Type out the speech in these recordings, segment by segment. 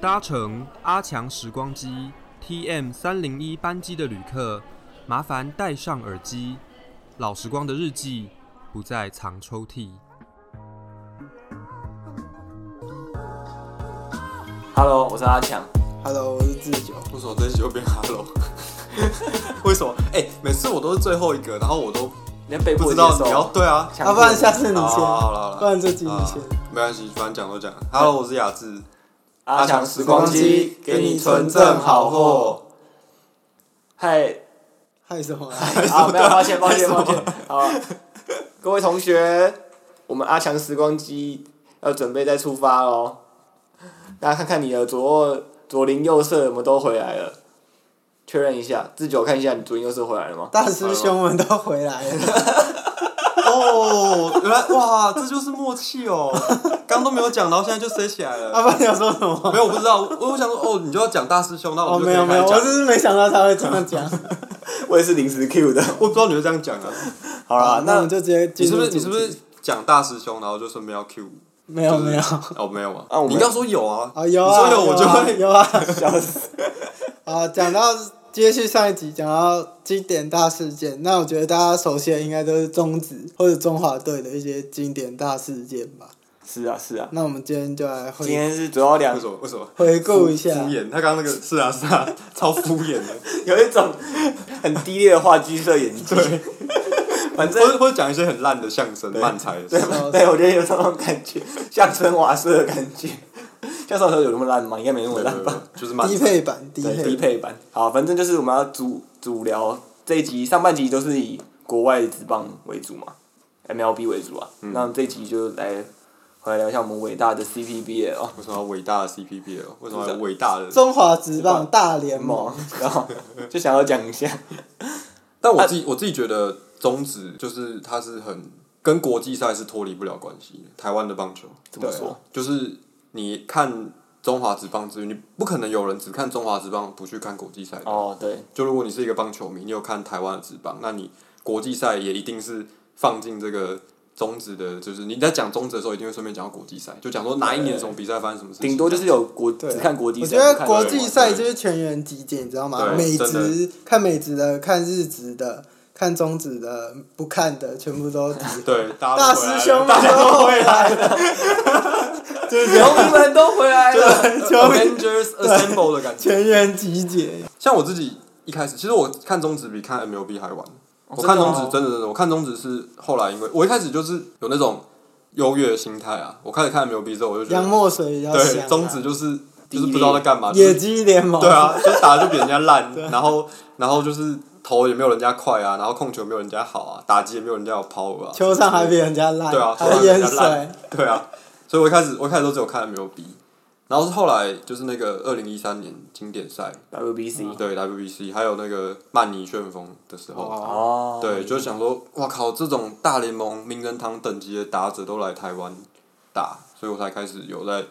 搭乘阿强时光机 TM 三零一班机的旅客，麻烦戴上耳机。老时光的日记不再藏抽屉。 Hello，我是阿强。 Hello，我是志久。为什么这期又变 Hello？为什么？哎、每次我都是最后一个，然后我都你要被不迫知接道受你要对啊。强啊，迫不然下次你好好好先，了好了，不然这集你啊先没关系，反正讲都讲。Hello，我是雅致。阿强时光机给你纯正好货。。嗨，害什么啊？啊， 没有，抱歉，抱歉，抱歉。好，各位同学，我们阿强时光机要准备再出发喽。大家看看你的左右左邻右舍有没有都回来了？确认一下，自九看一下你左邻右舍回来了吗？大师兄们都回 来了，哦，原来哇，这就是默契哦。刚都没有讲，然后现在就塞起来啊，了。不然你要说什么？没有，我不知道。我我想说，哦，你就要讲大师兄，那我哦，们就没可以有开始没有，讲我啊只是没想到他会这 样讲。我也是临时 Q 的。我不知道你会这样讲啊。好啦，那我那们就直接你进是不入是你是主不题是讲大师兄，然后就顺便要 Q？没有没有？哦，没有吗？啊我你没有刚说有啊。啊有你啊，说有，我就啊会有 啊。笑死！ 啊，讲到接续上一集讲到经典大事件，那我觉得大家熟悉的应该都是中职或者中华队的一些经典大事件吧。是啊，是啊。那我们今天就来今回天是主要两为什么？为什么？回顾一下敷衍，他刚刚那个是啊是啊，超敷衍的，有一种很低劣的话剧社演技。 或反正者或者讲一些很烂的相声、对烂才的对事。对，我觉得有这种感觉，像春华社的感觉。 像上头有那么烂吗？应该没那么对烂对吧。对，就是慢低。配版，低对，配低版。配版。好，反正就是我们要主主聊这一集上半集都是以国外职棒为主嘛，MLB 为主啊。嗯那这一集就来回来聊一下我们伟大的 CPBL 哦为什么要伟大的 CPBL？为什么要啊伟大的？中华职棒大联联盟嗯 盟，，然后就想要讲一下，但啊我自己我自己觉得宗旨就是它是很跟国际赛是脱离不了关系的。台湾的棒球怎么说对啊就是你看中华职棒之余，你不可能有人只看中华职棒不去看国际赛的。哦，对，就如果你是一个棒球迷，你有看台湾的职棒，那你国际赛也一定是放进这个中职的，就是你在讲中职的时候，一定会顺便讲到国际赛，就讲说哪一年什么比赛发生什么事情。顶多就是有国对啊只看国际我赛，觉得不看国联盟际赛就是全员集结，你知道吗？对美真职看美职的，看日职的，看中职的，不看的全部都集合。 对大大家师都回来了兄们大家都都回回来来了，球迷们都回来了。球迷 Avengers Assemble 的感觉。全员集结。像我自己一开始，其实我看中职比看 MLB 还晚。我真的看中哦职真的真的，我看中职是后来因为我一开始就是有那种优越的心态啊，我开始看 MLB 之后，我就觉洋得墨水也要香、对啊。中职就是低就是劣不知道在干嘛，就是野鸡联盟。对。啊，就打得就比人家烂，然后然后就是投也没有人家快啊，然后控球没有人家好啊，打击也没有人家有 power 啊，球场还比人家烂，对啊，还球场也没有淹人家水烂，，对啊，所以我一开始我一开始都只有看 MLB，然后是后来就是那个二零一三年经典赛， WBC 对 WBC，还有那个曼尼旋风的时候，哦，对，就想说，哇靠，这种大联盟名人堂等级的打者都来台湾打，所以我才开始有在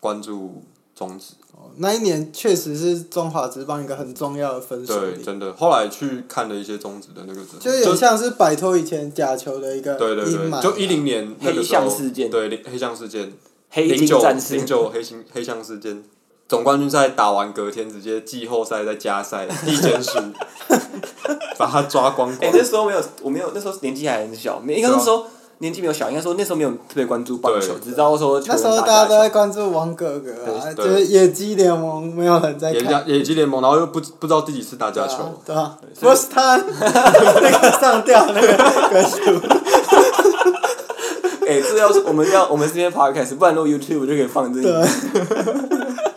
关注中职。哦那一年确实是中华职棒一个很重要的分水对，岭，真的，后来去看了一些中职的那个之后，就有点像是摆脱以前假球的一个对对阴对，霾。就一零年那个时候黑象事件对零黑象事件，黑零金九战士零九黑星黑象事件，总冠军赛打完隔天直接季后赛再加赛一减 输，把他抓光哎、光。那时候没有，我没有，那时候年纪还很小，没应该对啊那时候年纪没有小，应该说那时候没有特别关注棒球，对只知道说球那员时候打大家都在球关注王哥哥啊，对就对是野鸡联盟没有人在野看家。野鸡联盟，然后又不不知道第几次打假对啊球，，对啊，First time，那个上吊那个歌手，哎、这要是我们要我们这边 podcast，不然录 YouTube 就可以放这对个。，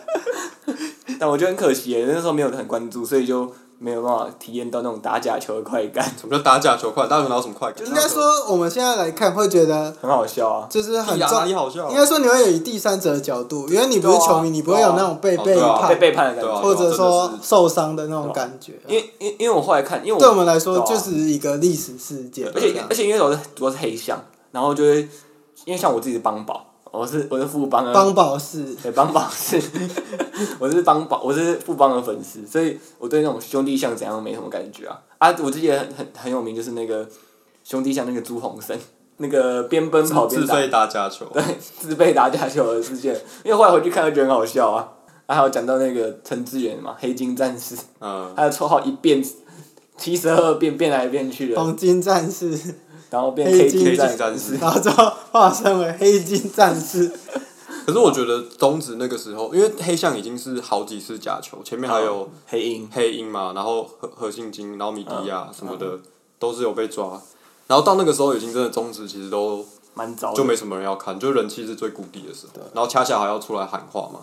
但我觉得很可惜耶，那时候没有很关注，所以就没有办法体验到那种打假球的快感，什么叫打假球快？打假球哪有什么快感？应该说我们现在来看会觉得很好笑啊。就是很屁啊哪重里好笑啊？应该说你会有以第三者的角度，因为你不是球迷，对啊你不会有那种被哦背对啊被叛背叛的对感啊，觉，或者真说的是啊受伤的那种感觉。因为因为因为我后来看，因为对我们来说对啊就是一个历史事件，而这且样而且因为我是主要是黑箱，然后就会因为像我自己是帮宝，我是我是副帮啊，帮宝是对，邦宝是， 我是邦宝，我是富邦的粉丝，所以我对那种兄弟像怎样没什么感觉啊。啊，我之前很很很有名，就是那个兄弟像那个朱鸿生，那个边奔跑边自打，费打假球，对，自备打假球的事件。因为后来回去看，就觉得很好笑啊。啊，还有讲到那个陈志远嘛，黑金战士，嗯，他的绰号一变七十二变变来变去的，黄金战士，然后变黑黑金金战士战士，然后最后化身为黑金战士。可是我觉得中职那个时候，因为黑象已经是好几次假球，前面还有黑鹰，黑鹰嘛，然后何何信金，然后米迪亚什么的，都是有被抓。然后到那个时候，已经真的中职其实都蛮早的，就没什么人要看，就人气是最谷底的时候。然后恰恰还要出来喊话嘛，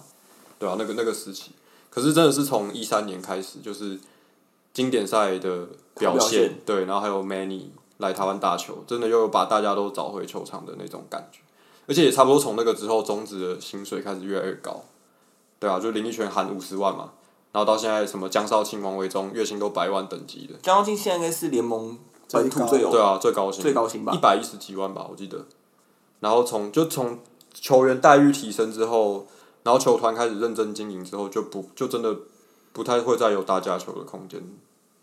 对啊，那个那个时期，可是真的是从一三年开始，就是经典赛的表表现对，然后还有 Many 来台湾打球，真的又有把大家都找回球场的那种感觉，而且也差不多从那个之后，中职的薪水开始越来越高，对啊，就林奕泉喊五十万嘛，然后到现在什么江少庆、王维忠月薪都百万等级的，张耀进现在应该是联盟本土最有对啊，最高薪最高薪吧一百一十几万吧，我记得。然后从就从球员待遇提升之后，然后球团开始认真经营之后，就不就真的不太会再有打假球的空间。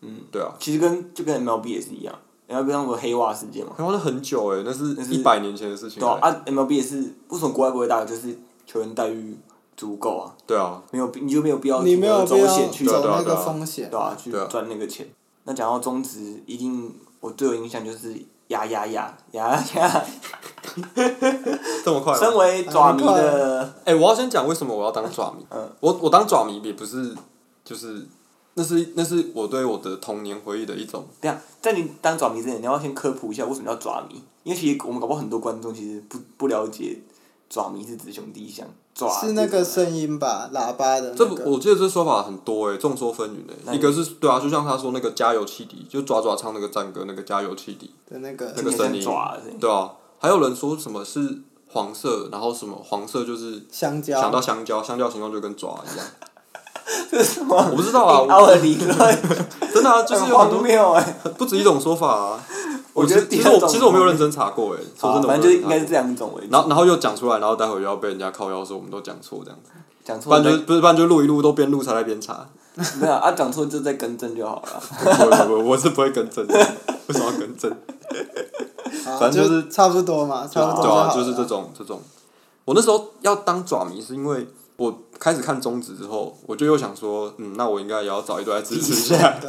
嗯，对啊，其实跟就跟 MLB 也是一样，MLB 上有黑袜事件嘛，台湾那很久哎、那是那是一百年前的事情、对啊欸。啊，MLB 也是为什么国外不会打，就是球员待遇足够啊，对啊，没有必你就没有必要你没有走必要险去走对啊对那个啊风险对。啊去对啊赚那个钱。那讲到中职，一定我最有印象就是呀呀呀呀呀，这么快吗？身为爪啊迷的哎、我要先讲为什么我要当爪迷。嗯我我当爪迷也不是就是那是那是我对我的童年回忆的一种这样，在你当爪迷之前，你要先科普一下为什么叫爪迷，因为其实我们搞不好很多观众其实不不了解爪迷是指兄弟相，爪是那个声音吧，喇叭的这那不，个。我记得这说法很多哎、众说纷纭那哎。你一个是对啊，就像他说那个加油汽笛，就爪爪唱那个战歌那个加油汽笛，的那个那个声音爪的声音，对啊。还有人说什么是黄色，然后什么黄色就是 想香蕉到，香蕉，香蕉形状就跟爪一样。 这是什么？我不知道 啊，奥我尔哦理 论，真的啊，就是有很荒多谬哎！不止一种说法啊。 我觉得其第实二我种其实我没有认真查过哎，说真的，好反正我就没有认真查过是应该是这两种为主然。后然后又讲出来，然后待会又要被人家靠腰说我们都讲错这样子，讲不错然就就不是不然就录一录都边录才在边查。没有啊，讲错就再更正就好了。我 我我是不会更正的，为什么要更正？哦好反正就就是差不多嘛，差不多对啊，好就是了这种这种。我那时候要当爪迷，是因为我开始看中指之后，我就又想说，嗯，那我应该也要找一队来支持一下。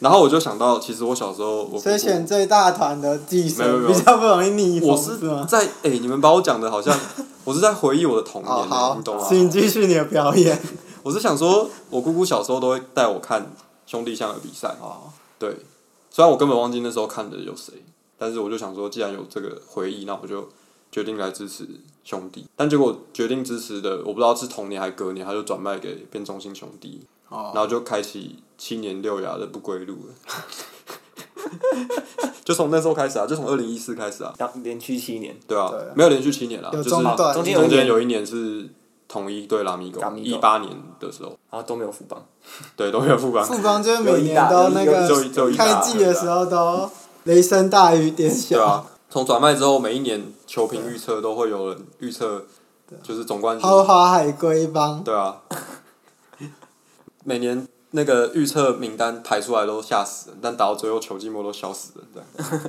然后我就想到，其实我小时候我所以选最大团的寄没有没有生没有比较不容易逆风，我是是吗？在哎、你们把我讲的好像我是在回忆我的童年、哦，你懂好，吗？请继续你的 表演。我是想说，我姑姑小时候都会带我看兄弟象的比赛，哦，对，虽然我根本忘记那时候看的有谁，但是我就想说，既然有这个回忆，那我就决定来支持兄弟。但结果决定支持的，我不知道是同年还隔年，他就转卖给变中心兄弟，然后就开启七年六亚的不归路了。 就从那时候开始啊，就从二零一四开始啊，当连续七年，对啊，对啊没有连续七年了，有就是中断中间中间有有一年是统一对拉米狗，拉米一狗八年的时候，然后啊都没有副帮，对都没有复班，富邦就是每有一大年都那有一有个一开大季的时候都雷声大雨点对小， 啊，从转卖之后，每一年球评预测都会有人预测，就是总冠军。豪华海龟帮，对啊，每年那个预测名单排出来都吓死人，但打到最后球季末都笑死人。这样，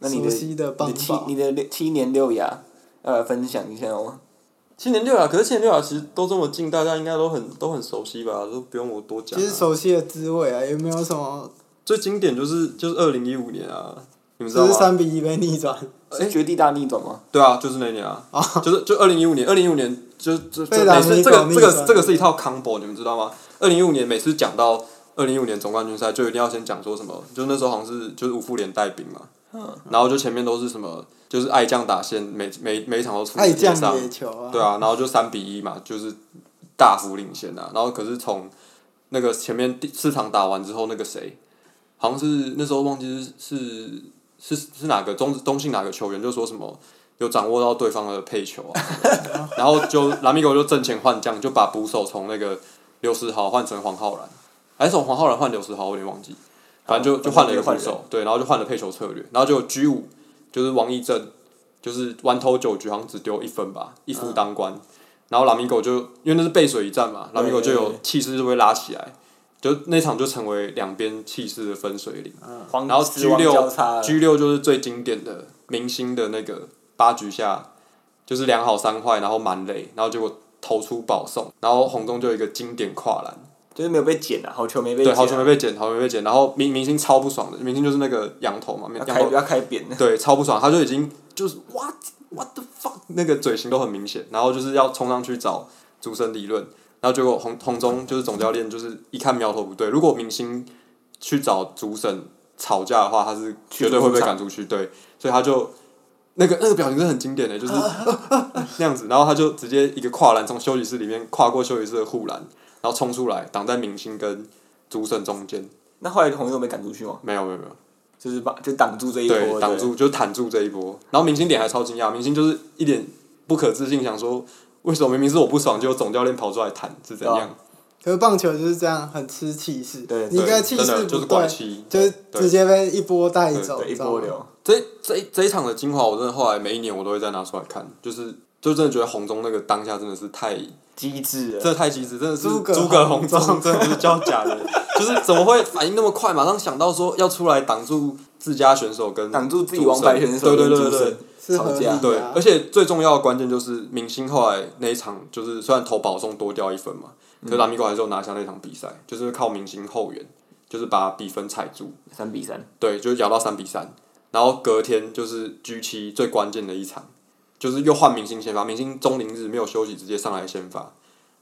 那你熟悉的的棒你七棒你的六七年六亚，要来分享一下吗？七年六啊，可是七年六啊，其实都这么近，大家应该都很都很熟悉吧，都不用我多讲、其实啊。熟悉的滋味啊，也没有什么，最经典就是就是二零一五年啊，你们知道就是吗？三比一被 逆转，是绝地大逆转吗？对啊，就是那年啊，就是就二零一五年，二零一五年就就就哦被每拉米次这狗个逆这个转这个是一套 combo，你们知道吗？二零一五年每次讲到二零一五年总冠军赛，就一定要先讲说什么，就那时候好像是就是五副联带兵嘛，嗯然后就前面都是什么，就是爱将打线，每每每一场都出爱将上，野球啊，对啊，然后就三比一嘛，就是大幅领先啊。然后可是从那个前面第四场打完之后，那个谁，好像是那时候忘记是是是是哪个中中信哪个球员就说什么有掌握到对方的配球啊，然后就拉米狗就挣钱换将，就把捕手从那个刘思豪换成黄浩然，还是从黄浩然换刘思豪，我有点忘记。反正就就换了一个反捕正哦就换手，对，然后就换了配球策略，然后就 G 五就是王义正，就是完投九局好像只丢一分吧，一嗯夫当关。然后拉米狗就因为那是背水一战嘛，拉米对狗就对有对气势就被拉起来，就那场就成为两边气势的分水岭。啊黄然后狮 G 王交六叉了 G 六就是最经典的明星的那个八局下，就是两好三坏，然后满垒，然后结果投出保送，然后红中就有一个经典跨栏，就是没有被捡啊，好球没被对，捡、好球没被捡，好球没被捡，然后明明星超不爽的，明星就是那个羊头嘛，要羊开头要开扁的，对，超不爽，他就已经就是 what what the fuck，那个嘴型都很明显，然后就是要冲上去找主审理论，然后结果红红中就是总教练，就是一看苗头不对，如果明星去找主审吵架的话，他是绝对会被赶出去，对，所以他就那个那个表情是很经典的，就是、那样子，然后他就直接一个跨栏从休息室里面跨过休息室的护栏，然后冲出来挡在明星跟主审中间，那后来红又被赶出去吗？没有没有没有。就是把就挡住这一波，对，挡住就是弹住这一波。然后明星脸还超惊讶，明星就是一脸不可置信，想说为什么明明是我不爽，结果总教练跑出来弹是怎啊样？可是棒球就是这样，很吃气势。对你一对个气真势的不就是对拐，气，就是对直接被一波带走，对一知道吗波流。这这这一场的精华，我真的后来每一年我都会再拿出来看，就是就真的觉得红中那个当下真的是太机智真了，的太机智，真的是诸葛诸葛红红中真的不是叫假的，就是怎么会反应那么快，马上想到说要出来挡住自家选手跟挡住自己主王牌选手对对跟对对主对审。是吵合理架的、对，啊而。且最重要的关键就是明星后来那一场，就是虽然投保送多掉一分嘛，可是嗯拉米戈还是有拿下那场比赛，就是靠明星后援，就是把比分踩住，三比三，对，就是摇到三比三。然后隔天就是 G 七最关键的一场，就是又换明星先发，明星中零日没有休息，直接上来先发，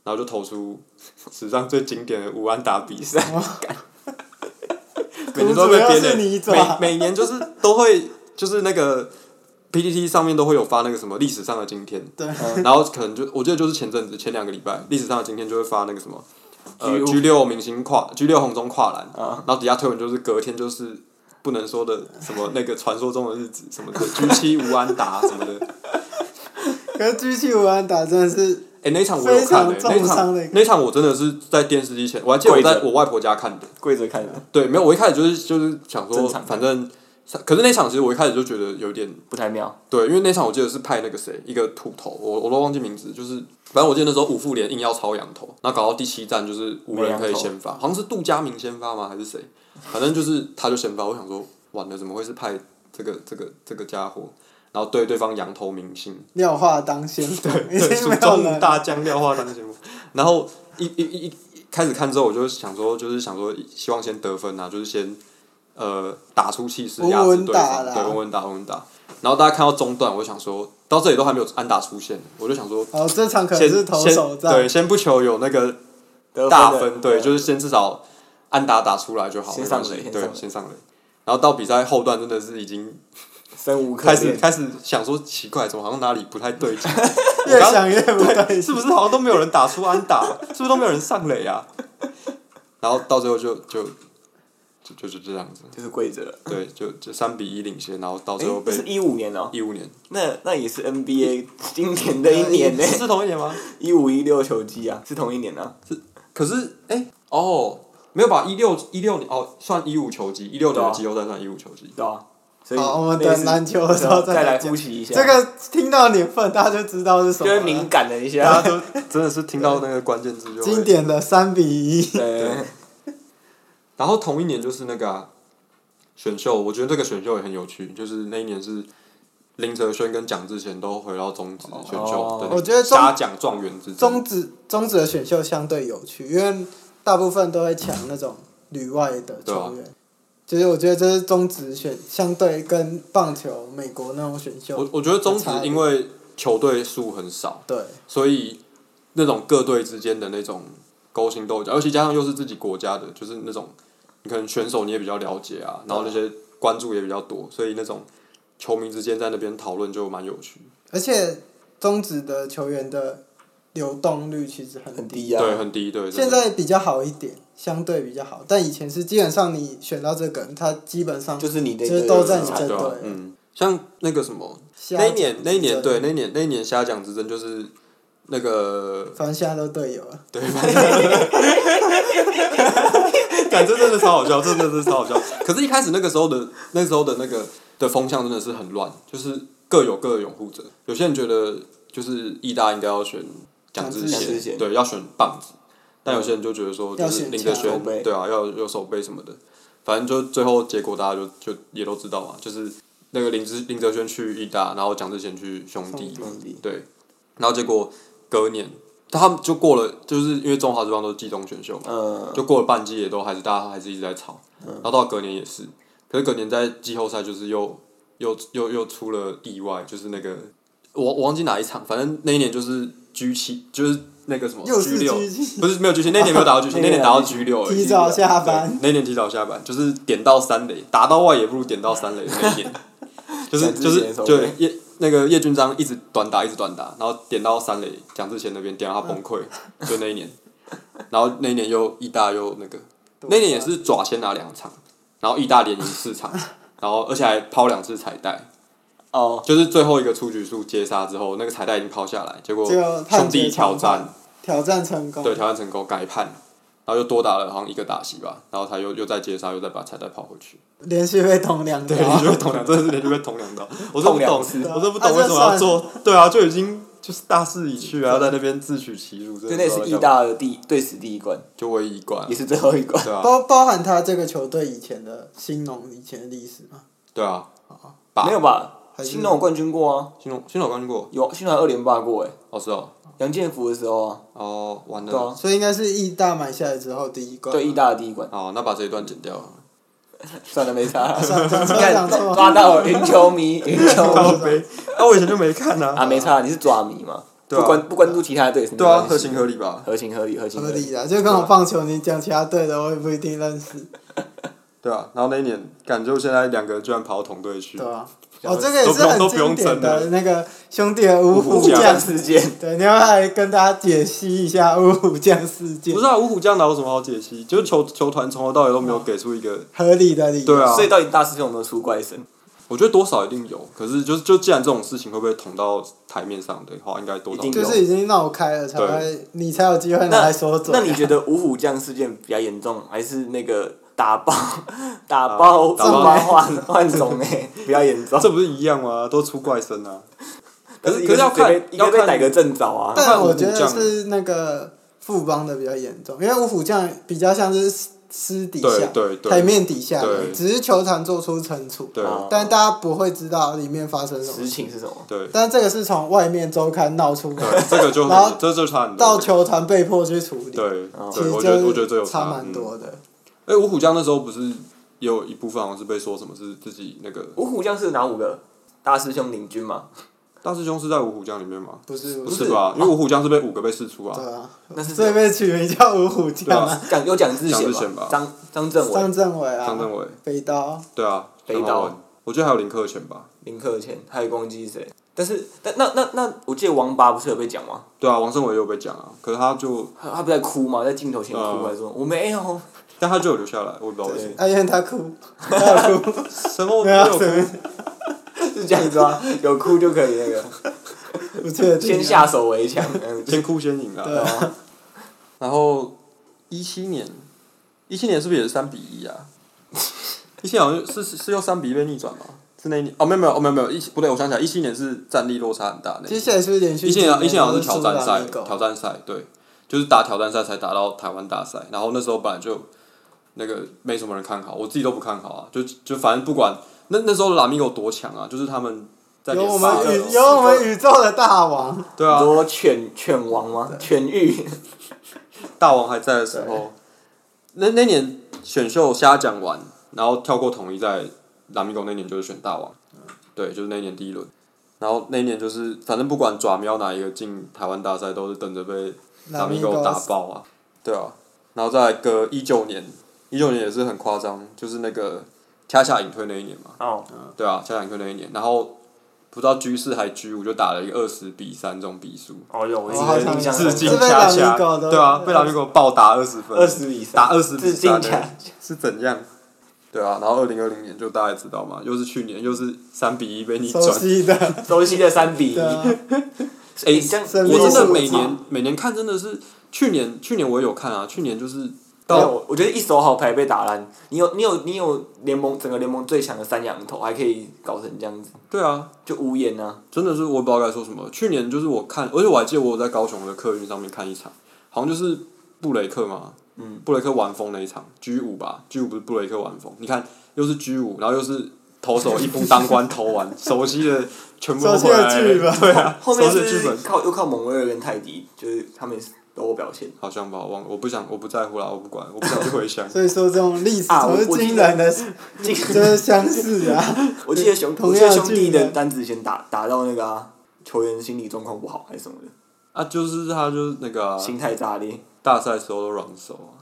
然后就投出 史上最经典的五安打比赛，每年都会被编主要的是你抓，每每年就是都会就是那个 PPT 上面都会有发那个什么历史上的今天，对嗯然后可能就我记得就是前阵子前两个礼拜历史上的今天就会发那个什么。呃 G6 ，G 六明星跨 G 六红中跨栏，啊然后底下推文就是隔天就是不能说的什么那个传说中的日子什么的 G 七吴安达什么的，可是 G 七五安打真的是哎、那一场我有看、非欸，常那一重伤的一场个那一场我真的是在电视机前，我还记得我跪着在我外婆家看的，跪着看的，对，没有，我一开始就是就是想说正常，反正可是那场其实我一开始就觉得有点不太妙。对，因为那场我记得是派那个谁，一个秃头，我我都忘记名字，就是反正我记得那时候五副联硬要超羊头，然后搞到第七站就是无人可以先发，好像是杜佳明先发吗？还是谁？反正就是他就先发，我想说完了，怎么会是派这个这个这个家伙？然后对对方羊头明星，廖化当先锋，已对，经蜀没有中人无大将廖化当先锋。然后一一一一开始看之后，我就想说，就是想说，希望先得分啊，就是先呃打出气势，稳压制稳对打方，啦对，稳稳打，稳稳打。然后大家看到中段，我就想说到这里都还没有安打出现，我就想说哦，这场可能先是投手先对，战，先不求有那个得大的分，对，就是先至少安打打出来就好，先没关上垒系先对上，垒先上垒。然后到比赛后段，真的是已经生无可开始恋，开始想说奇怪，怎么好像哪里不太对劲？ 越想越不对是劲。不是好像都没有人打出安打， 是不是都没有人上垒啊？然后到最后就就就就是这样子，就是跪着了。对，就就三比一领先，然后到最后哎，这被是一五年哦，一五年，那那也是 NBA 经典的一年呢，是同一年吗？一五一六球季啊，是同一年啊。可是哎、哦，没有吧？一六一六年哦，算一五球季，一六年的季后赛算一五球季。对啊，所以好，我们那也是等篮球的时候对啊再再来来讲复习一下，这个听到年份，大家就知道是什就么会了，敏感了一大下。家都真的是听到那个关键字就经会。典的三比一，对，然后同一年就是那个啊、选秀，我觉得这个选秀也很有趣，就是那一年是林哲轩跟蒋志贤都回到中职选秀哦的我觉得中嘉奖状元之争中止中止的选秀相对有趣，因为大部分都会抢那种旅外的对啊球员。其实我觉得这是中职选相对跟棒球美国那种选秀我，我觉得中职差异因为球队数很少，对所以那种各队之间的那种勾心斗角，而且加上又是自己国家的，就是那种你可能选手你也比较了解啊，然后那些关注也比较多，所以那种球迷之间在那边讨论就蛮有趣。而且中职的球员的流动率其实很很低，低啊。对，很低，对。真现的在比较好一点，相对比较好，但以前是基本上你选到这个人，他基本上就是你的，就是都在你这对啊对，嗯，像那个什么，下那一年，那一年，竞争对，，那一年，那一年瞎讲之争就是那个反正现在都队友了，对，反正感这真的是超好笑，这真的是超好笑。可是，一开始那个时候的那时候的那个的风向真的是很乱，就是各有各的拥护者。有些人觉得就是义大应该要选蒋志蒋志贤对，要选棒子；但有些人就觉得说，就要是选林哲强轩手背对啊，要有手背什么的。反正就最后结果大家就就也都知道嘛，就是那个林志林哲轩去义大，然后蒋志贤去兄弟兄弟对，然后结果隔年他们就过了，就是因为中华之邦都是季中选秀嘛，嗯，就过了半季也都还是大家还是一直在吵，嗯然后到隔年也是，可是隔年在季后赛就是又又又又出了意外，就是那个我我忘记哪一场，反正那一年就是 G 七，就是那个什么又是 G 六 G 七，不是没有 G 七，那年没有 打到 G 七，那年打到 G 六而已，提早下班，对那年提早下班，就是点到三垒，打到外野不如点到三垒的那一 年，就是蒋志就是贤手就背叶那个叶军章一直短打，一直短打，然后点到三垒蒋志贤那边，点到他崩 溃，就那一年，然后那一年又义大又那个，那年也是爪先拿两场，然后义大连赢四场， 然后而且还抛两次彩带，哦，就是最后一个出局数接杀之后，那个彩带已经抛下来，结果结果判兄决弟挑重判战。挑战成功。对，挑战成功改判，然后又多打了好像一个打席吧，然后他又又再接杀，又再把彩带跑回去，连续被捅两刀对，，连续被捅两，真的是连续被捅两刀，我真的捅不两懂次，我真的不懂啊为什么这算要做，对啊，就已经就是大势已去啊，要在那边自取其辱，真对，的那也不知道是在义干嘛，大的第队史第一冠，就唯一一冠啊也，是最后一冠。对啊，包包含他这个球队以前的兴农以前的历史嘛。对 啊，吧没有吧？还是新农有冠军过啊，新龙新龙冠军过，有新农还二连霸过哎，哦是哦，杨建福的时候啊，哦完对了，啊，所以应该是义大买下来之后第一冠。对义大的第一冠，哦那把这一段剪掉，算了没差。算算算讲 错抓到了云球迷，云球迷靠背，啊我以前就没看啊，啊，没差，你是抓迷嘛？对啊不关不关注其他队，对啊，合合情情合理吧，合情合理合情合合理理。的，就跟我棒球，你讲其他队的我也不一定认识，对啊，然后那一年感觉现在两个居然跑到同队去对，吧、讲哦，这个也是都很不用经典都不的用那个兄弟的五虎虎将将。事件，对，你要不要来跟大家解析一下五虎将事件不，是啊，五虎将哪有什么好解析？就是球球团从头到尾都没有给出一个，合理的理由。对啊所以到底大师兄有没有出怪声？我觉得多少一定有。可是就是就既然这种事情会不会捅到台面上的话，应该多少一定就有是已经闹开了，才会你才有机会拿那来说嘴啊。那你觉得五虎将事件比较严重，还是那个打 爆打爆打打爆爆换换种诶比较严重？啊这不是一样吗？都出怪声啊！可可是一个要看被一个要被看逮个正着啊，但我觉五虎得将是那个富邦的比较严重，因为五虎将比较像是私私底下、对对对台面底下的对，只是球团做出惩处，对啊但大家不会知道里面发生什实么。情是什么？对但这个是从外面周刊闹出来，对，这个就然后很这就差很到多。球团被迫去处理，对其对，实我觉得我觉得这就有是差蛮嗯多的。哎，五虎将那时候不是也有一部分好像是被说什么是自己那个五虎将是哪五个？大师兄领军嘛，大师兄是在五虎将里面吗？不是不是吧？因为五虎将是被五个被释出对啊。啊，那是所以被取名叫五虎将啊。蒋有蒋志蒋志贤贤吧张张政张委、政伟啊，张政伟，北刀，对啊，北张岛浩文，我觉得还有林克全吧。林克谦，还有攻击谁？但是但那那那，我记得王八不是有被讲吗？对啊，王胜伟也有被讲啊，可是他就他他不在哭吗？在镜头前嗯哭还是说我没有？ 但他就有留下来，我也不知道为什么。啊，因为他哭，他有哭，身后没哦没有有谁是这样子吗？有哭就可以那 个，不确定啊。先下手为强。嗯先哭先赢对啊。啊，然后一七年，一七年是不是也是三比一啊？ 一七年好像是是是用三比一被逆转吗？是那一年哦，没有没有哦没有没有一不对，我想起来，一七年是战力落差很大那接一下来是不是连续一几七年年都一是七年好像是挑输战了赛，那个挑战赛对，就是打挑战赛才打到台湾大赛，然后那时候本来就那个没什么人看好，我自己都不看好啊，就就反正不管那那时候拉米狗多强啊，就是他们在有联我赛们四宇个有我们宇宙的大王，对啊你，说犬犬王吗？犬玉，大王还在的时候，那那年选秀瞎讲完，然后跳过统一在拉米狗那年就是选大王，对，就是那年第一轮，然后那年就是反正不管爪喵哪一个进台湾大赛，都是等着被拉米狗打爆啊，对啊，然后再来隔一九年，一九年也是很夸张，就是那个恰恰隐退那一年嘛，哦，对啊，恰恰隐退那一年，然后不知道 G 四还 G 五就打了一个二十比三这种比数。哦有，我我好想印象致致敬敬是被恰拉米恰，狗的对啊，被拉米狗暴打二十分，二十比三，打二十比致敬三卡的，是怎样？对啊，然后二零二零年就大家也知道嘛，又是去年又是三比一被逆转熟，悉的，周期的三比一对。啊，哎，这样生我真的命每是无常年每年看真的是，去年去年我也有看啊，去年就是没到有，我觉得一手好牌被打烂，你有你有你有联盟整个联盟最强的三羊头，还可以搞成这样子，对啊，就无言啊。真的是我也不知道该说什么。去年就是我看，而且我还记得我有在高雄的客运上面看一场，好像就是布雷克嘛，嗯，布雷克玩疯那一场 G 五吧，G 五不是布雷克玩疯，你看又是 G 五，然后又是投手一夫当关投完，熟悉的全部都熟悉回的来剧了，本，。对啊，后熟面悉的剧是本，靠又靠蒙威尔跟泰迪，就是他们都有表现。好像吧，我忘了，我不想，我不在乎啦，我不管，我不想去回想 所以说这种历史啊我总是我记惊得人的，就是相似啊。我记得兄，同我记得样的兄弟剧的本单子前打打到那个、啊、球员心理状况不好还是什么的，啊，就是他就是那个啊、心态炸裂。大赛时候都软手啊，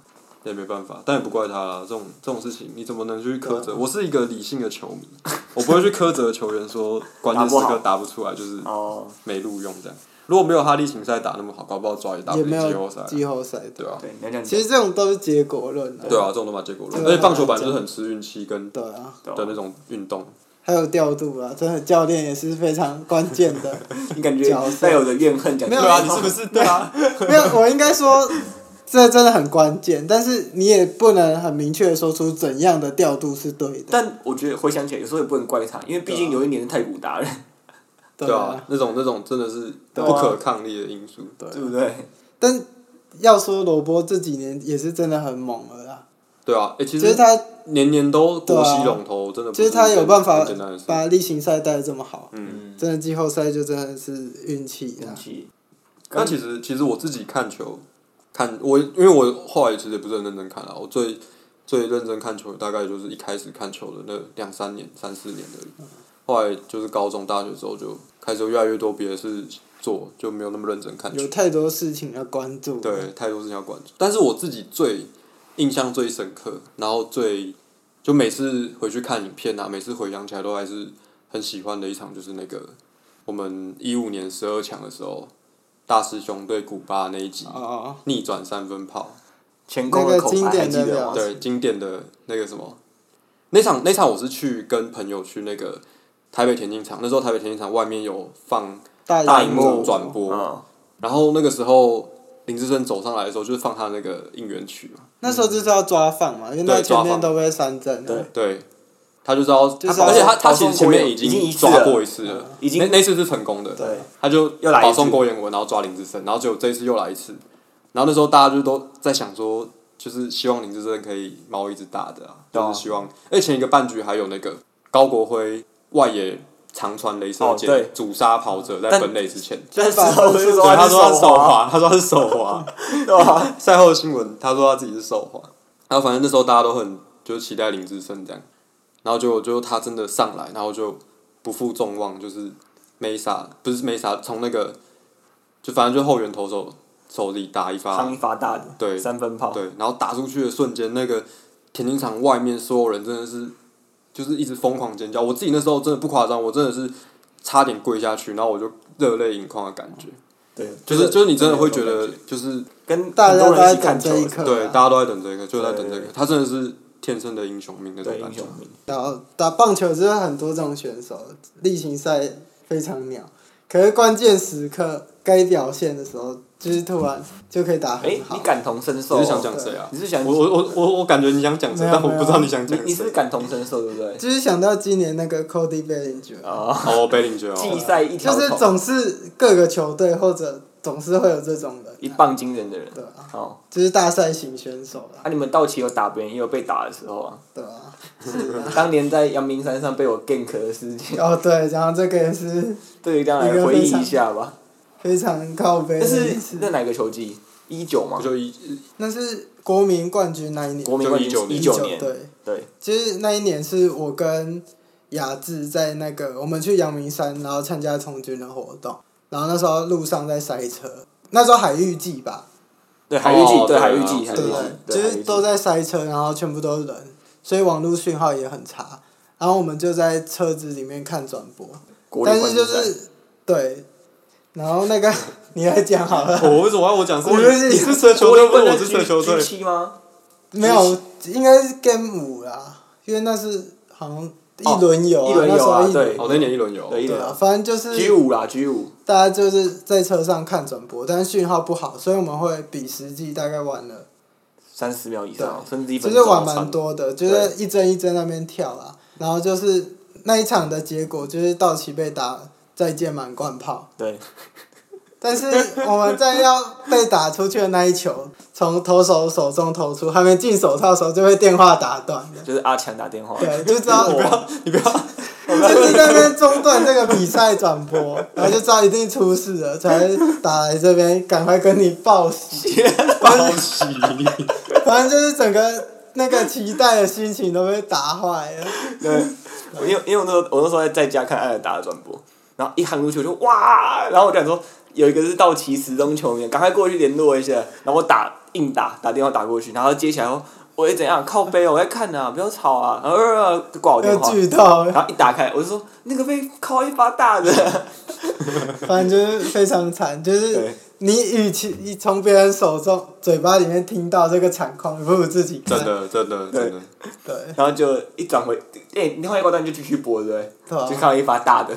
也没办法，但也不怪他啦。这种这种事情，你怎么能去苛责？我是一个理性的球迷， 我不会去苛责球员说关键时打不好刻打不出来就是哦，没录用这样。如果没有他例行赛打那么好，搞不好抓也打不 也进没季有后赛啊，季后赛对啊。对，你要这样其讲，实这种都是结果论啊。对啊，这种都把结果论，这个而且棒球本来就是很吃运气跟的对啊，对啊那种运动。还有调度啊，真的教练也是非常关键的。你感觉角色带有着怨恨讲。没有对啊，没你有是不是对啊？ 没有，我应该说，这真的很关键，但是你也不能很明确地说出怎样的调度是对的。但我觉得回想起来，有时候也不能怪他，因为毕竟有一年是太古达人，对对啊啊，，那种那种真的是对啊不可抗力的因素。对对不对？但要说罗伯这几年也是真的很猛了啦，对啊，哎，其就是实他年年都国对西啊龙头，真的不就是他一件有办法很简单的事。把例行赛带的这么好，嗯，真的季后赛就真的是运气啦运。气。但其实其实我自己看球，看我因为我后来其实也不是很认真看了，我最最认真看球大概就是一开始看球的那两三年、三四年而已。后来就是高中、大学之后就开始有越来越多别的事做，就没有那么认真看球有。太多事情要关注，嗯对，太多事情要关注。但是我自己最印象最深刻，然后最就每次回去看影片啊，每次回想起来都还是很喜欢的一场，就是那个我们一五年十二强的时候，大师兄对古巴那一集、哦，逆转三分炮，前攻的那个口经白还典记的得表吗？对，经典的那个什么，那场那场我是去跟朋友去那个台北田径场，那时候台北田径场外面有放大大荧荧幕转播，嗯，然后那个时候林志胜走上来的时候，就是放他那个应援曲嘛。那时候就是要抓放嘛，因为那对抓前放面都被三振啊了对，对，他就知道，就是他要而且他他保其送实前面已郭彦已经一次抓了嗯过一次了，已经那那次是成功的，对，他就又来一次保送郭彦文，然后抓林志胜，然后结果这一次又来一次，然后那时候大家就都在想说，就是希望林志胜可以猫一只大的啊，对啊就是希望，而且前一个半局还有那个高国辉外野长传雷射哦箭、对主杀跑者在但本垒之前，但是我是对，说他说他是手手滑，滑，他说他是手滑。对吧？赛后新闻，他说他自己是手滑，然后反正那时候大家都很就是期待林志胜这样，然后结果就他真的上来，然后就不负众望，就是没啥，不是没啥，从那个就反正就后援投手手里打一发，汤一发大的，对三分炮，对，然后打出去的瞬间，那个田径场外面所有人真的是就是一直疯狂尖叫，我自己那时候真的不夸张，我真的是差点跪下去，然后我就热泪盈眶的感觉，对，就是就是你真的会觉得就是。跟大很家多都人在一起看等球这一的刻，对，大家都在等这个，就在等这啊对个。他真的是天生的英雄命那种对感英觉雄。命，然后打棒球就是很多这种选手，例行赛非常鸟，可是关键时刻该表现的时候，就是突然就可以打哎很，好你。感同身受你哦，是想讲谁啊你？是想我我我我我感觉你想讲谁没，有但我不知道你想你讲你是不谁是。感同身受，对不对？就是想到今年那个 Cody Bellinger，啊，哦，北领爵 季哦，赛一条就是虫总是各个球队或者总是会有这种人啊，一棒惊人的人，对啊，哦，就是大赛型选手啦，啊，你们道奇有打别人，也有被打的时候啊。对啊。 当年在阳明山上被我 gank 的事情，哦，对，然后这个也是对，一定要来回忆一下吧。非常靠背那的是一次，那哪个球季？一九嘛不，就一那是国民冠军那一年，国民冠军就19一年九年，对。对，就是那一年是我跟雅致在那个我们去阳明山，然后参加从军的活动，然后那时候路上在塞车，那时候海域季吧，对海域季，哦对对海域季，啊海对域不季对对，？就是都在塞车，然后全部都是人，所以网络讯号也很差，然后我们就在车子里面看转播，国但联是冠就军赛，是对，然后那个 你来讲好了，哦我为什么要我讲是我以为是你？你是射球国队，联不冠是军我是射球队 G。七吗？没有，应该是 Game 五啦，因为那是好像一轮游、哦一轮游啊那时候一对哦，那年一轮游。对，一对轮啊，反正就是。 G 五啦，G 五，大家就是在车上看转播，但是讯号不好，所以我们会比实际大概晚了，三十秒以上，对甚至一其分实钟。晚蛮多的，就是一帧一帧那边跳啦。然后就是那一场的结果就是道奇被打再见满贯炮，对，但是我们在要被打出去的那一球，从投手手中投出，还没进手套的时候就被电话打断了。就是阿强打电话， 对，就知道 你不要，你不要，就一直在那边中断这个比赛转播， 然后就知道一定出事了，才打来这边赶快跟你报喜。报喜，反正就是整个那个期待的心情都被打坏 了。对，我因为因为我那时候我那时候在在家看艾尔达的转播，然后一喊出去我就哇，然后我就想说有一个是道奇时钟球员，赶快过去联络一下，然后我打硬打打电话打过去，然后他接起来说喂怎样靠背哦，我在看啊，不要吵啊，然后、呃、就挂我电又话，剧透，然后一打开我就说那个被靠一发大的， 反正就是非常惨，就是对你与其你从别人手中嘴巴里面听到这个惨况，你不如自己看。真的真的真的，对然后就一转回哎、你换一挂断就继续播对不对？对啊就看到一发大的，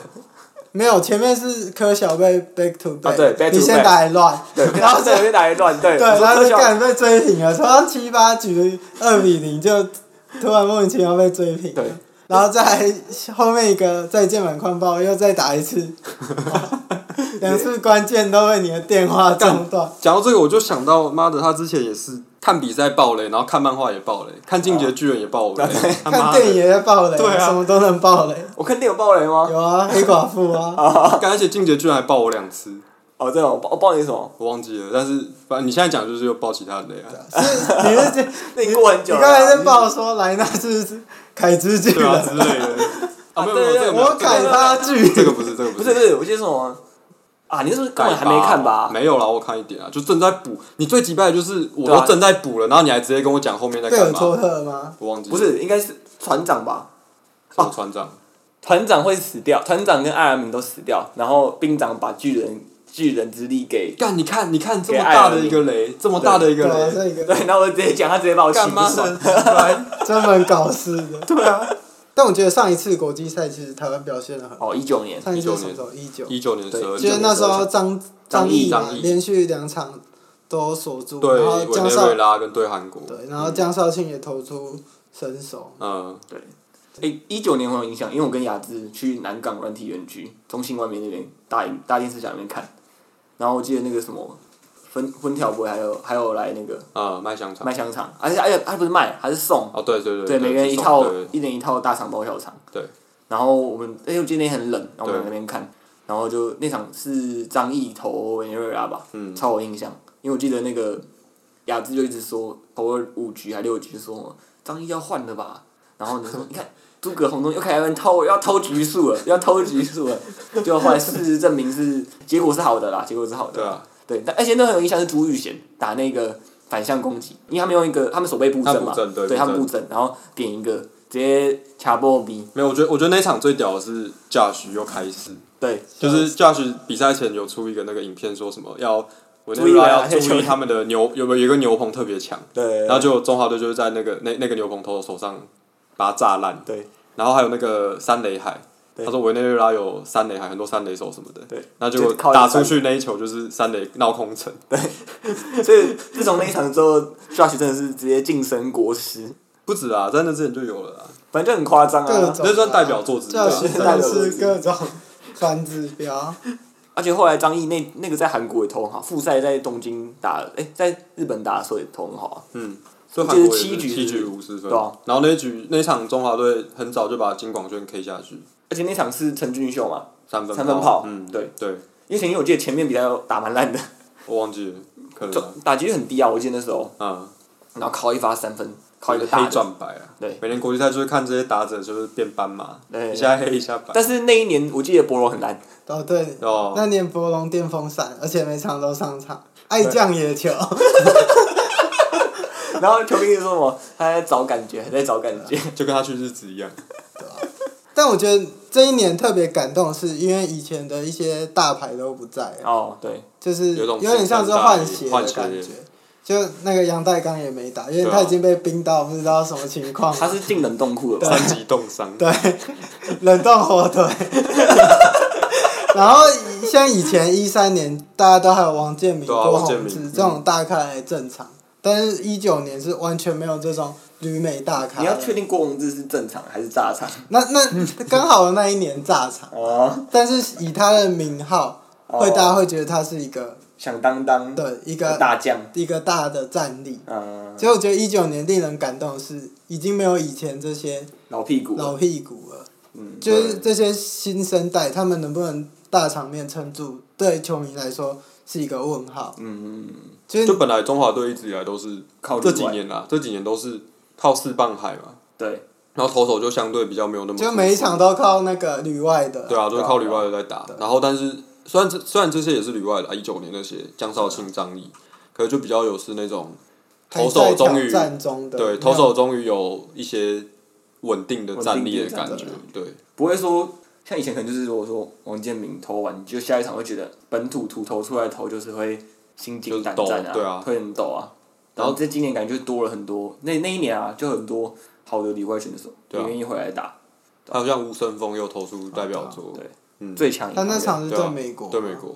没有，前面是柯小贝 back to back，、啊对，back to 你先打一乱，对， 然后在被打一乱，对，对，我说然后科就学干被追平了，从七八局二比零就突然莫名其妙被追平了对，然后再来后面一个再见满框爆又再打一 次，两次关键都被你的电话中断，讲到这个，我就想到妈的，他之前也是看比赛爆雷，然后看漫画也爆雷，看《进击的巨人》也爆啊雷， 啊他看妈电影的，也在爆雷，对啊什么都能爆雷，我看电影爆雷吗？有啊，黑寡妇啊，干而且《进击的巨人》还爆我两次，哦，这种我爆我爆你什么？我忘记了，但是反正你现在讲就是又爆其他人的啊呀，是你是这那你过很你久了刚啊。才在爆说莱纳是不是凯之巨对啊人，之类的，啊没有没有对对这个没我有，这凯个他巨。这个不是这个不不是不是，我记得什么啊？你是不是根本还没看吧？没有啦，我看一点啊，就正在补。你最击败的就是我对啊都正在补了，然后你还直接跟我讲后面在贝干尔托嘛，特吗？我忘记不是，应该是船长吧？什么船长，团长会死掉，团长跟艾尔敏都死掉，然后兵长把巨人巨人之力给干你看你看这么大的一个雷，这么大的一对个啊，雷，这个对，然后我直接讲，他直接把我气干不妈爽的。来专门搞事的。对啊，但我觉得上一次国际赛其实台湾表现的很好。 哦，一九年，上一次是什么时候？一九。一九年十二就是月，那时候张张毅毅嘛张，毅连续两场都锁住，对然后委江内少瑞拉跟对韩国，对，然后江少庆也投出身手，嗯，哎，一九年很有影响，因为我跟雅芝去南港软体园区中心外面那边大荧大电视墙那边看，然后我记得那个什么分分条不会还有还有来那个呃，麦香肠卖，香肠，而且而且他不是卖，还是送，哦，对对对，对，每个人一送套对，一人一套大肠包小肠。对。然后我们，哎，我今天很冷，然后我们对在那边看，然后就那场是张毅投委内瑞拉吧，嗯超有印象，因为我记得那个雅芝就一直说投了五局还六局，就说张毅要换了吧，然后你说你看。 诸葛红中又开始在那边偷，要偷局数了，要偷局数了， 就后来事实证明是结果是好的啦，结果是好的对啦。啊，对，但而且那很有印象是朱玉贤打那个反向攻击，因为他们用一个他们手背布阵他嘛，布阵对他们布布阵，然后点一个直接卡波比，没有，我觉得我觉得那场最屌的是 Josh 又开始，对啊就是 Josh 比赛前有出一个那个影片，说什么要委内注意瑞拉啊要注意他们的牛有没有有一个牛棚特别强，对啊然后就中华队就是在那个那那个牛棚投手手上把它炸烂，对然后还有那个三雷海，对他说委内瑞拉有三雷海很多三雷手什么的，对，那结果就是靠打出去那一球就是三雷闹空城，所以自从那一场之后，Josh 真的是直接晋升国师，不止啊，在那之前就有了啊，反正就很夸张各啊。种那算代表作之一啊教学代表作是之一各种反指标，而且后来张毅那那个在韩国也投很好，复赛在东京打，哎、在日本打的时候也投很好啊。嗯。所以我韩记得国也是七局七局是五十分，对啊然后那一局那一场中华队很早就把金广轩 K 下去，而且那场是陈俊秀嘛，三分三分炮嗯，对对，因为陈俊秀我记得前面比赛打蛮烂的， 我忘记了，可能啊打击率很低啊，我记得那时候，嗯，然后靠一发三分，靠一个大黑的转白啊。对每年国际赛就是看这些打者就是变斑马，对一下黑一下白。但是那一年我记得博罗很烂， 哦对，哦，那年博龙电风扇，而且每场都上场，爱酱野球， 然后球迷就说什么他在找感觉，还在找感 觉。就跟他去日子一样。但我觉得这一年特别感动，是因为以前的一些大牌都不在了，哦，对，就是有种有点像是换血的换感血觉。就那个杨代刚也没打，因为对啊他已经被冰到不知道什么情况，他是进冷冻库了吧？三级冻伤， 对，冷冻火腿。 然后像以前一三年，大家都还有王建民、对啊郭王建宏民志嗯这种大咖来正常，但是一九年是完全没有这种旅美大咖你要了。确定郭宏志是正常还是炸场？那那刚好那一年炸场，哦，但是以他的名号，会大家会觉得他是一个响当当的对一个大将，一个大的战力。嗯，所以我觉得一九年令人感动的是，已经没有以前这些老屁股了，老屁股了，嗯，就是这些新生代他们能不能大场面撑住，对球迷来说是一个问号。嗯，就就是本来中华队一直以来都是靠这这几年啦，这几年都是靠四棒海嘛，对，然后投手就相对比较没有那么就每一场都靠那个旅外的，对啊，都是靠旅外的在打。然后，但是虽然这虽然这些也是旅外的，一九年那些江少庆、张毅，可是就比较有是那种还投手在终于挑战中的对投手终于有一些稳定的战力的感觉稳定，对不会说像以前可能就是如果说王建民投完，你就下一场会觉得本土土投出来的投就是会心惊胆战就是抖对啊会很抖啊。然后在今年感觉就多了很多，那那一年啊，就很多好的里外选手对也啊愿意回来打，还有像吴森峰又投出代表作，对嗯最强一但那个场是对啊对美国，对美，国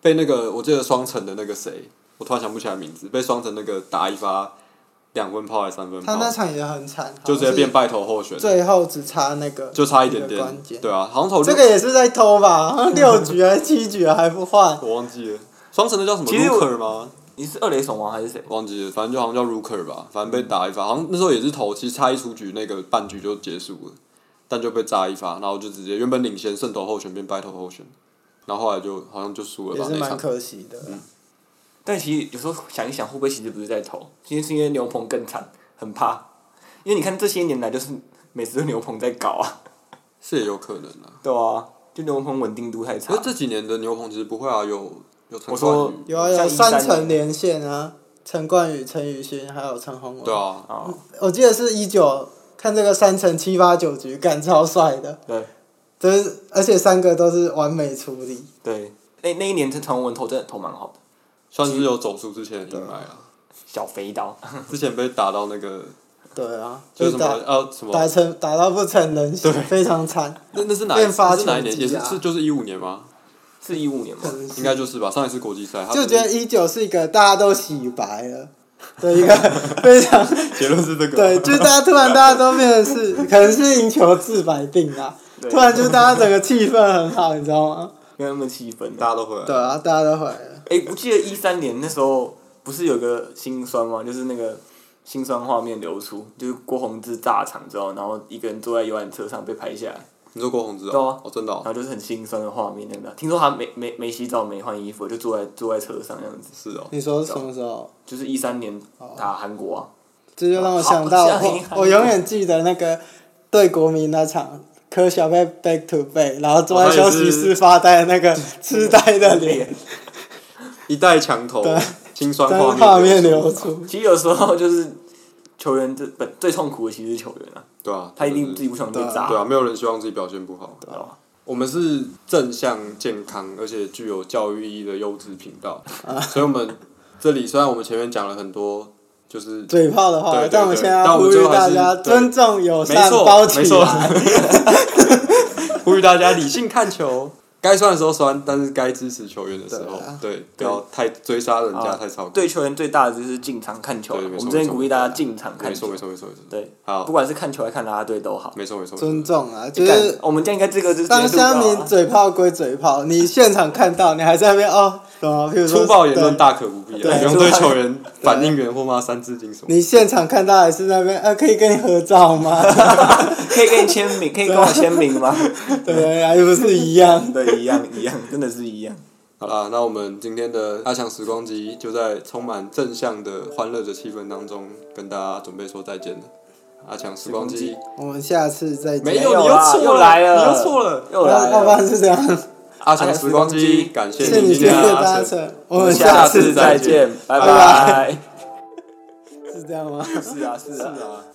被那个我记得双城的那个谁，我突然想不起来名字，被双城那个打一发两分炮还是三分他炮，那场也很惨，就直接变好败投候选像是，最后只差那个，就差一点一个关点，键对啊，好像投这六个也是在偷吧， 好像六局还是七局还不换，我忘记了，双城的叫什么其实我 Looker 吗？你是二雷手吗？还是谁？忘记了，反正就好像叫 Rooker 吧，反正被打一发，好像那时候也是投，其实差一出局，那个半局就结束了，但就被炸一发，然后就直接原本领先胜投候选变败投候选，然后后来就好像就输了也吧是啊那蛮场，可惜的。但其实有时候想一想，会不会其实不是在投？其实是因为牛棚更惨，很怕。因为你看这些年来，就是每次都牛棚在搞啊，是也有可能啊。对啊，就牛棚稳定度太差可是。这几年的牛棚其实不会啊，有有陈我说冠宇，有啊有像三13层连线啊，陈冠宇、陈宇勋还有陈宏文。对啊，啊，我记得是一九，看这个三乘七八九局，干超帅的，对就是而且三个都是完美处理，对，那那一年陈宏文投真的投蛮好的，算是有走出之前的阴霾啊，小肥刀， 之前被打到那 个对啊，就是什就么打呃什么，打成打到不成人形，非常惨，那那是哪一变发那是哪一球年？季也是啊是就是一五年吗？是一五年吗可？能是应该就是吧，上一次国际赛，他不就是觉得一九是一个大家都洗白了 的一个非常结论是这个，对，就大家突然大家都变得是，可能是赢球治百病啊，对突然就大家整个气氛很好，你知道吗？没有那么气愤。大家都回来对啊，大家都回来了，哎、我记得一三年那时候不是有个心酸吗？就是那个心酸画面流出，就是郭宏志炸场之后，然后一个人坐在游览车上被拍下来，你说郭宏志对哦啊，哦真的哦然，后就是很心酸的画面，那个听说他没没没洗澡没换衣服，就坐在坐在车上那样子，是哦，你说什么时候？就是一三年打韩国啊，这就让我想到好像我很，我永远记得那个对国民那场柯小贝 back to back，然后坐在休息室发呆的那哦个痴呆的脸，一代墙头，心酸真画画面面流流出出。其实有时候就是球员这本最痛苦的其实是球员啊，对啊，他一定就是自己不想被炸，对啊，没有人希望自己表现不好。对啊我们是正向、健康，而且具有教育意义的优质频道，啊所以我们这里虽然我们前面讲了很多，就是嘴炮的对话对，我对现但在我呼们最吁后还大是家对尊重、友没善、错包起没错 来。呼吁大家理性看球，该酸的时候酸，但是该支持球员的时候对啊，对，不要太追杀人家，啊太超过。对球员最大的就是进场看球啊，对没错我们真没的错鼓励大家进场看没错，球没，错，没错，没错。对，好不，管是看球还看啦啦队都好。没错，没错。没错尊重哎啊，就干是我们这样应该这个就是当直接录到乡啊民嘴炮归嘴炮，你现场看到，你还在那边哦，什么？譬如说粗暴言论大可不必啊，对不用对球员、反应员或骂三字经什么的。你现场看到还是那边啊，可以跟你合照吗？ 可以跟你签 名，可以跟我签名吗？对，还不是一样。对，一样一样，真的是一样。好啦，那我们今天的阿强时光机就在充满正向的欢乐的气氛当中，跟大家准备说再见了。阿强时光机时我们下次再有，见。你没有又啦错又来了你又错了。又来要要不了，然是这样。阿强时光阿强时光机，机感谢谢谢你你今今天天的的搭搭乘。乘，我们下下次次再再见，拜拜拜。是这样吗？是啊，是是啊。啊